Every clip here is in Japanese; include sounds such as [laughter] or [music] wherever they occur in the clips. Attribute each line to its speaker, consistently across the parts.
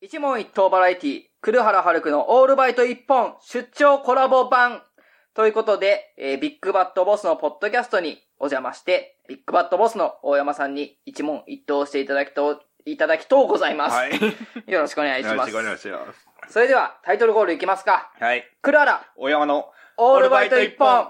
Speaker 1: 一問一答バラエティ、黒原遥くのオールバイト一本出張コラボ版ということで、えービッグバットボスのポッドキャストにお邪魔して、ビッグバットボスの大山さんに一問一答していただきと、いただきとうございます。
Speaker 2: はい。よ
Speaker 1: よろしくお願いし
Speaker 2: ろ
Speaker 1: ま
Speaker 2: し
Speaker 1: す
Speaker 2: くお。願いします。
Speaker 1: それではタイトルゴールいきますか。
Speaker 2: はい。
Speaker 1: 黒原、
Speaker 2: お山の
Speaker 1: オールバイト一本。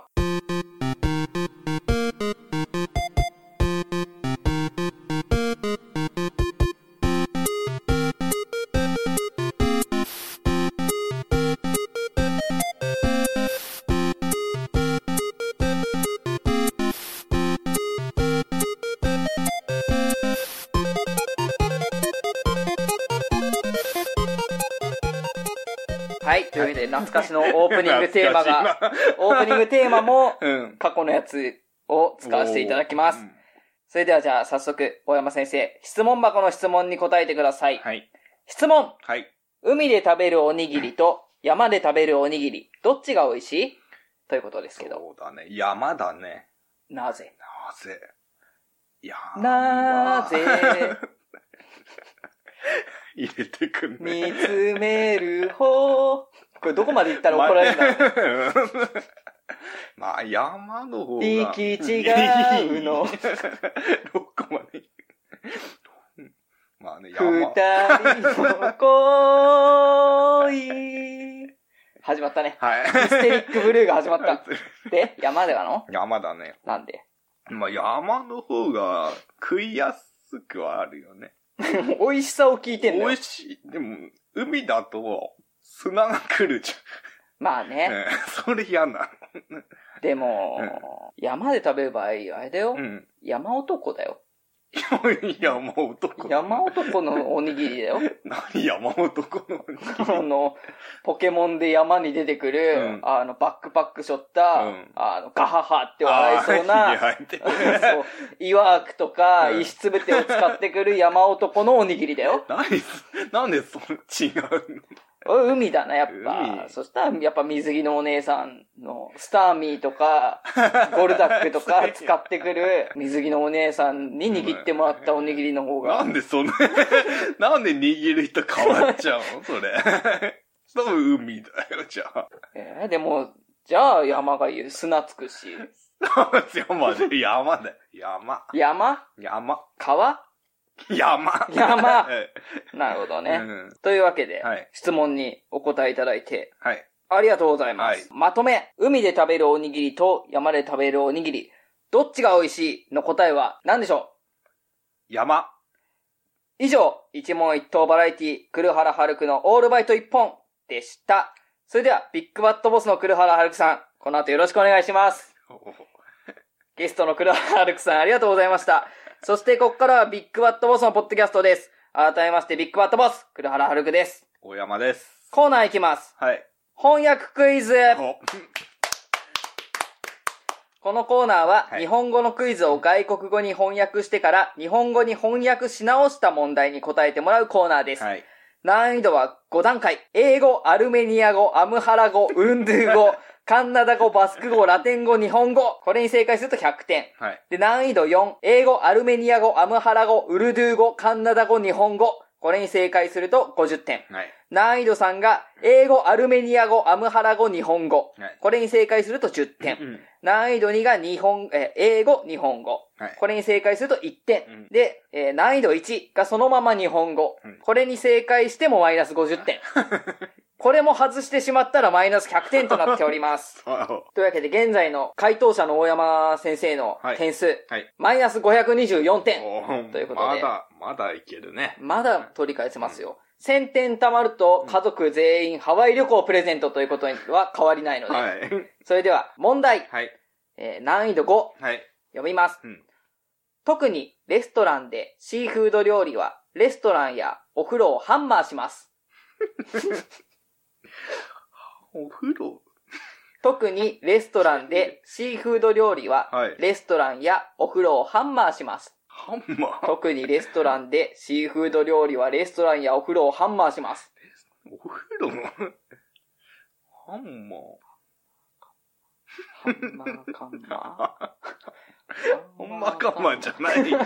Speaker 1: はい。というわけで、懐かしのオープニングテーマが、
Speaker 2: 懐かしい
Speaker 1: オープニングテーマも
Speaker 2: なうん。
Speaker 1: 過去のやつを使わせていただきます
Speaker 2: う。ん
Speaker 1: それではじゃあ早速、大山先生、質問箱の質問に答えてください。
Speaker 2: はい。
Speaker 1: 質問
Speaker 2: はい。
Speaker 1: 海で食べるおにぎりと山で食べるおにぎり、どっちが美味しいということです
Speaker 2: そ
Speaker 1: けど、
Speaker 2: うだね。山だね。
Speaker 1: なぜ
Speaker 2: なぜ山
Speaker 1: な
Speaker 2: [laughs]
Speaker 1: ぜ
Speaker 2: 入れてくん
Speaker 1: 見
Speaker 2: ね。
Speaker 1: つめる方。これどこまで行ったら怒られるんだろう
Speaker 2: ままあ、山の方が。
Speaker 1: 行き違う
Speaker 2: [laughs]
Speaker 1: の
Speaker 2: どこまで。まあね、
Speaker 1: 二
Speaker 2: [laughs] 山。
Speaker 1: 人の恋。始まったね。
Speaker 2: は
Speaker 1: ヒステリ
Speaker 2: [laughs]
Speaker 1: ックブルーが始まった。
Speaker 2: い。
Speaker 1: で、山でなの
Speaker 2: 山だね。
Speaker 1: なんで
Speaker 2: まあ、山の方が食いやすくはあるよね。
Speaker 1: [laughs] 美味しさを聞いてんの
Speaker 2: 美
Speaker 1: よ。
Speaker 2: 味しい。でも、海だと砂が来るじ
Speaker 1: まあ
Speaker 2: ゃん。
Speaker 1: ね。
Speaker 2: ねそれ嫌な
Speaker 1: でも、山で食べる場合、あれだよ。
Speaker 2: の。うん。
Speaker 1: 山男だよ。
Speaker 2: 山男。
Speaker 1: 山男のおにぎりだよ。 [laughs]
Speaker 2: 何山男のに
Speaker 1: あの、ポケモンで山に出てくる、
Speaker 2: うん
Speaker 1: あの、バックパックしょった、
Speaker 2: うん
Speaker 1: あの、ガハハって笑いそうな、
Speaker 2: あーい
Speaker 1: [laughs]
Speaker 2: や
Speaker 1: そう。いわくとか、
Speaker 2: うん
Speaker 1: 石つぶてを使ってくる山男のおにぎりだよ。
Speaker 2: 何す、なんでその違うの
Speaker 1: お海だな、やっぱ。
Speaker 2: 海
Speaker 1: そしたら、やっぱ水着のお姉さんの、スターミーとか、ゴルダックとか使ってく
Speaker 2: [laughs]
Speaker 1: る、水着のお姉さんに握ってもらったおにぎりの方
Speaker 2: な
Speaker 1: が、
Speaker 2: んでその、なんで握る人変わっちゃうのそれ。多分海だよ、じゃあ。 [laughs]
Speaker 1: えーでも、じゃあ山が言う、砂つく
Speaker 2: [laughs]
Speaker 1: し、
Speaker 2: 山で、山だよ。山。
Speaker 1: 山
Speaker 2: 山。 [laughs]
Speaker 1: 川
Speaker 2: 山。
Speaker 1: 山
Speaker 2: [laughs] え
Speaker 1: なるほど
Speaker 2: え
Speaker 1: ね。
Speaker 2: うん
Speaker 1: というわけで、
Speaker 2: はい
Speaker 1: 質問にお答えいただいて、
Speaker 2: はい。
Speaker 1: ありがとうございます。
Speaker 2: はい
Speaker 1: まとめ、海で食べるおにぎりと山で食べるおにぎり、どっちが美味しいの答えは何でしょ
Speaker 2: 山。
Speaker 1: う以上、一問一答バラエティ、黒原遥くのオールバイト一本でした。それでは、ビッグバットボスの黒原遥くさん、この後よろしくお願いします。ゲストの黒原遥くさん、ありがとうございました。そして、ここからはビッグバットボスのポッドキャストです。改めまして、ビッグバットボス、黒原遥くです。
Speaker 2: 大山です。
Speaker 1: コーナー行きます。
Speaker 2: はい。
Speaker 1: 翻訳クイズ。
Speaker 2: お
Speaker 1: このコーナーは、
Speaker 2: はい
Speaker 1: 日本語のクイズを外国語に翻訳してから、日本語に翻訳し直した問題に答えてもらうコーナーです。
Speaker 2: はい。
Speaker 1: 難易度は5段階。英語、アルメニア語、アムハラ語、ウンドゥー
Speaker 2: [laughs]
Speaker 1: 語、カンナダ語、バスク語、ラテン語、日本語。これに正解すると100点。
Speaker 2: はい。
Speaker 1: で、難易度4。英語、アルメニア語、アムハラ語、ウルドゥー語、カンナダ語、日本語。これに正解すると50点。
Speaker 2: はい。
Speaker 1: 難易度3が、英語、アルメニア語、アムハラ語、日本語。
Speaker 2: はい。
Speaker 1: これに正解すると10点。
Speaker 2: うん
Speaker 1: 難易度2が日本、えー英語、日本語。
Speaker 2: はい。
Speaker 1: これに正解すると1点。
Speaker 2: うん
Speaker 1: で、えー難易度1がそのまま日本語。
Speaker 2: うん
Speaker 1: これに正解してもマイナス50点。
Speaker 2: [laughs]
Speaker 1: これも外してしまったらマイナス100点となっており
Speaker 2: [laughs]
Speaker 1: ます。
Speaker 2: そう
Speaker 1: というわけで現在の回答者の大山先生の
Speaker 2: はい
Speaker 1: 点数、
Speaker 2: はい。
Speaker 1: マイナス524点。
Speaker 2: おー
Speaker 1: ということで
Speaker 2: まだ、まだいけるね。
Speaker 1: まだ取り返せますよ。1000点貯まると家族全員ハワイ旅行プレゼントということには変わりないので。
Speaker 2: はい。
Speaker 1: それでは問題、
Speaker 2: はい。
Speaker 1: えー難易度5、
Speaker 2: はい。
Speaker 1: 読みます。
Speaker 2: うん
Speaker 1: 特にレストランでシーフード料理はレストランやお風呂をハンマーします。
Speaker 2: お風呂
Speaker 1: 特にレストラン [laughs] でシーフード料理は
Speaker 2: はい
Speaker 1: レストランやお風呂をハンマーします。
Speaker 2: ハンマー
Speaker 1: 特にレストランでシーフード料理はレストランやお風呂をハンマーします。
Speaker 2: お風呂のハンマー
Speaker 1: ハンマーカンマー。
Speaker 2: ハンマーカンマーじゃないよ。ハ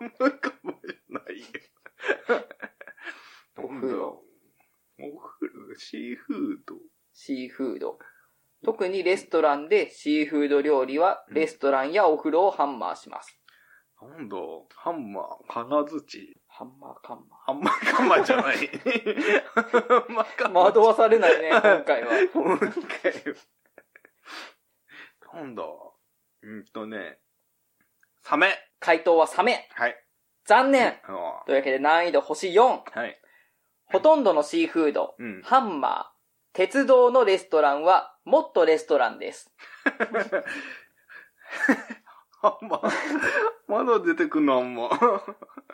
Speaker 2: ンマーカンマーじゃないよ。シーフード。
Speaker 1: シーフード。特にレストランでシーフード料理は、レストランやお風呂をハンマーします。
Speaker 2: なんだ、ハンマー、金槌。
Speaker 1: ハンマーカンマ
Speaker 2: ハンマーカンマーじゃない。ハンマーカ
Speaker 1: ー。 [laughs]
Speaker 2: ンマー。
Speaker 1: 惑わされないね、今回は。
Speaker 2: 今回は。なんだ、うんとね、サメ。
Speaker 1: 回答はサメ。
Speaker 2: はい。
Speaker 1: 残念。
Speaker 2: あの
Speaker 1: というわけで難易度星4。
Speaker 2: はい。
Speaker 1: ほとんどのシーフード、
Speaker 2: うん。
Speaker 1: ハンマー、鉄道のレストランは、もっとレストランです。
Speaker 2: ハンマー。まだ出てくんの、あんま。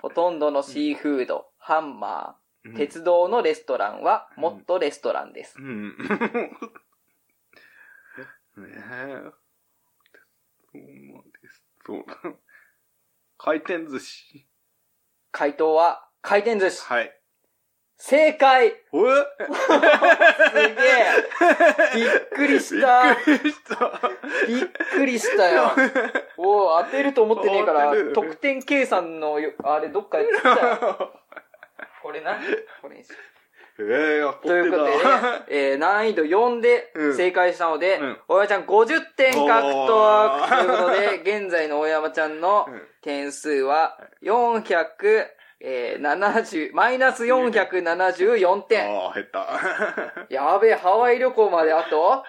Speaker 1: ほとんどのシーフード、ハンマー、鉄道のレストランは、もっとレストランです
Speaker 2: う。ん。 [laughs] ねえ。そうです。そう。回転寿司。
Speaker 1: 回答は、回転寿司。
Speaker 2: はい。
Speaker 1: 正解
Speaker 2: おえ
Speaker 1: す
Speaker 2: [laughs]
Speaker 1: げえびっくりした
Speaker 2: びっくりした。
Speaker 1: びっくりしたよおお当てると思ってねえから
Speaker 2: 当てる、
Speaker 1: 得点計算のよ、あれどっかやってたよ。これなこれにしよ
Speaker 2: [laughs] ええやっ
Speaker 1: う
Speaker 2: と
Speaker 1: という
Speaker 2: [laughs]
Speaker 1: ことでね、えー難易度4で
Speaker 2: うん
Speaker 1: 正解したので
Speaker 2: うん、
Speaker 1: 大、山ちゃん50点獲
Speaker 2: お
Speaker 1: 得と
Speaker 2: ー
Speaker 1: いうことで、現在の大山ちゃんの点数は400、えー、70、マイナス474点。
Speaker 2: ああ、減った。
Speaker 1: やべえ、ハワイ旅行まであと、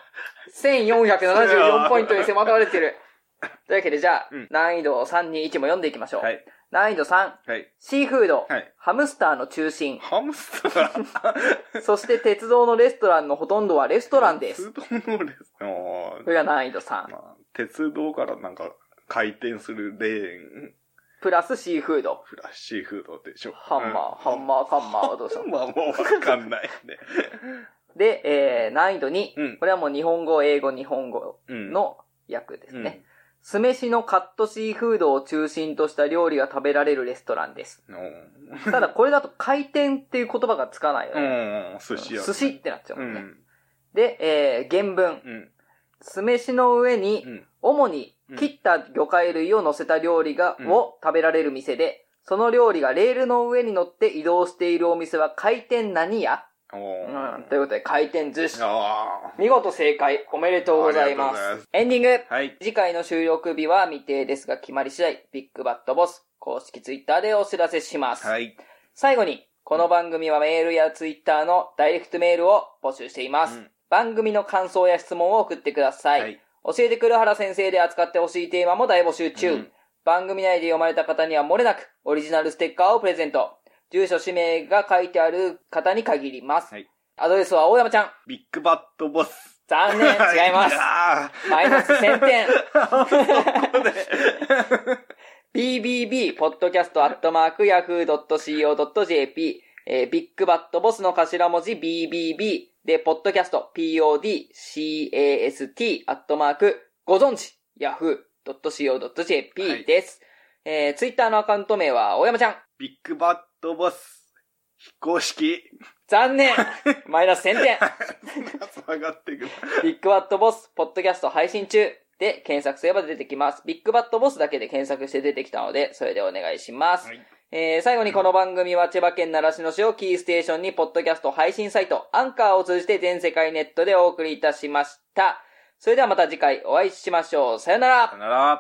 Speaker 1: 1474ポイントに迫られて
Speaker 2: [laughs]
Speaker 1: る。というわけで、じゃあ、
Speaker 2: うん
Speaker 1: 難易度3、2、1も読んでいきましょう。
Speaker 2: [laughs] はい。
Speaker 1: 難易度3、
Speaker 2: はい。
Speaker 1: シーフード、
Speaker 2: はい
Speaker 1: ハムスターの中心、
Speaker 2: ハムスター。
Speaker 1: そして鉄道のレストランのほとんどはレストランです。
Speaker 2: 鉄道のレストラン
Speaker 1: これが難易度3。
Speaker 2: まあ鉄道からなんか回転するレーン、
Speaker 1: プラスシーフード。
Speaker 2: フラッシーフードでしょ。
Speaker 1: ハンマー、ハン
Speaker 2: ー。
Speaker 1: マー、カンマーはどうした
Speaker 2: ハ
Speaker 1: の
Speaker 2: ン [laughs] マーもわかんないね。
Speaker 1: で、えー、難易度2、
Speaker 2: うん
Speaker 1: これはもう日本語、英語、日本語
Speaker 2: うん。
Speaker 1: の訳です
Speaker 2: うん
Speaker 1: ね。酢飯のカットシーフードを中心とした料理が食べられるレストラン
Speaker 2: [laughs]
Speaker 1: です。
Speaker 2: おー
Speaker 1: ただこれだと回転っていう言葉がつかないよね。
Speaker 2: うん、寿司屋。
Speaker 1: 寿司ってなっちゃう
Speaker 2: う
Speaker 1: もんね。
Speaker 2: ん。
Speaker 1: で、えー、原文。
Speaker 2: うん。
Speaker 1: 酢飯の上に、
Speaker 2: うん。
Speaker 1: 主に
Speaker 2: うん
Speaker 1: 切った魚介類を乗せた料理が、
Speaker 2: うん
Speaker 1: を食べられる店で、その料理がレールの上に乗って移動しているお店は回転何屋、
Speaker 2: おー
Speaker 1: うん、ということで回転寿司。
Speaker 2: あ
Speaker 1: 見事正解。おめでとうございま
Speaker 2: ありがとうござい
Speaker 1: す
Speaker 2: ま。
Speaker 1: エンディング
Speaker 2: ーはい。
Speaker 1: 次回の収録日は未定ですが決まり次第、ビッグバットボス公式ツイッターでお知らせします。
Speaker 2: はい。
Speaker 1: 最後に、この番組はメールやツイッターのダイレクトメールを募集しています。
Speaker 2: うん
Speaker 1: 番組の感想や質問を送ってください。
Speaker 2: はい
Speaker 1: 教えてくるはら先生で扱ってほしいテーマも大募集中。
Speaker 2: うん
Speaker 1: 番組内で読まれた方には漏れなくオリジナルステッカーをプレゼント。住所、氏名が書いてある方に限ります。
Speaker 2: はい
Speaker 1: アドレスは大山ちゃん。
Speaker 2: ビッグバットボス。
Speaker 1: 残
Speaker 2: [laughs]
Speaker 1: 念、違います。
Speaker 2: や
Speaker 1: マイナス1000点。
Speaker 2: ー
Speaker 1: bbb.podcast.yahoo.co.jp、えー、ビッグバットボスの頭文字 bbb で、podcast, podcast, アットマーク、ご存知、
Speaker 2: は
Speaker 1: yahoo.co.jp
Speaker 2: い
Speaker 1: です。えー、ツイッターのアカウント名は、大山ちゃん。
Speaker 2: [laughs] ビッグバットボス。非公式。 [laughs]
Speaker 1: 残念マイナス1000点
Speaker 2: 下がってくる。
Speaker 1: ビッグバットボス、ポッドキャスト配信中で検索すれば出てきます。ビッグバットボスだけで検索して出てきたので、それでお願いします。
Speaker 2: はい。
Speaker 1: えー最後にこの番組は千葉県習志野市をキーステーションにポッドキャスト配信サイト、アンカーを通じて全世界ネットでお送りいたしました。それではまた次回お会いしましょう。さよなら
Speaker 2: さよなら。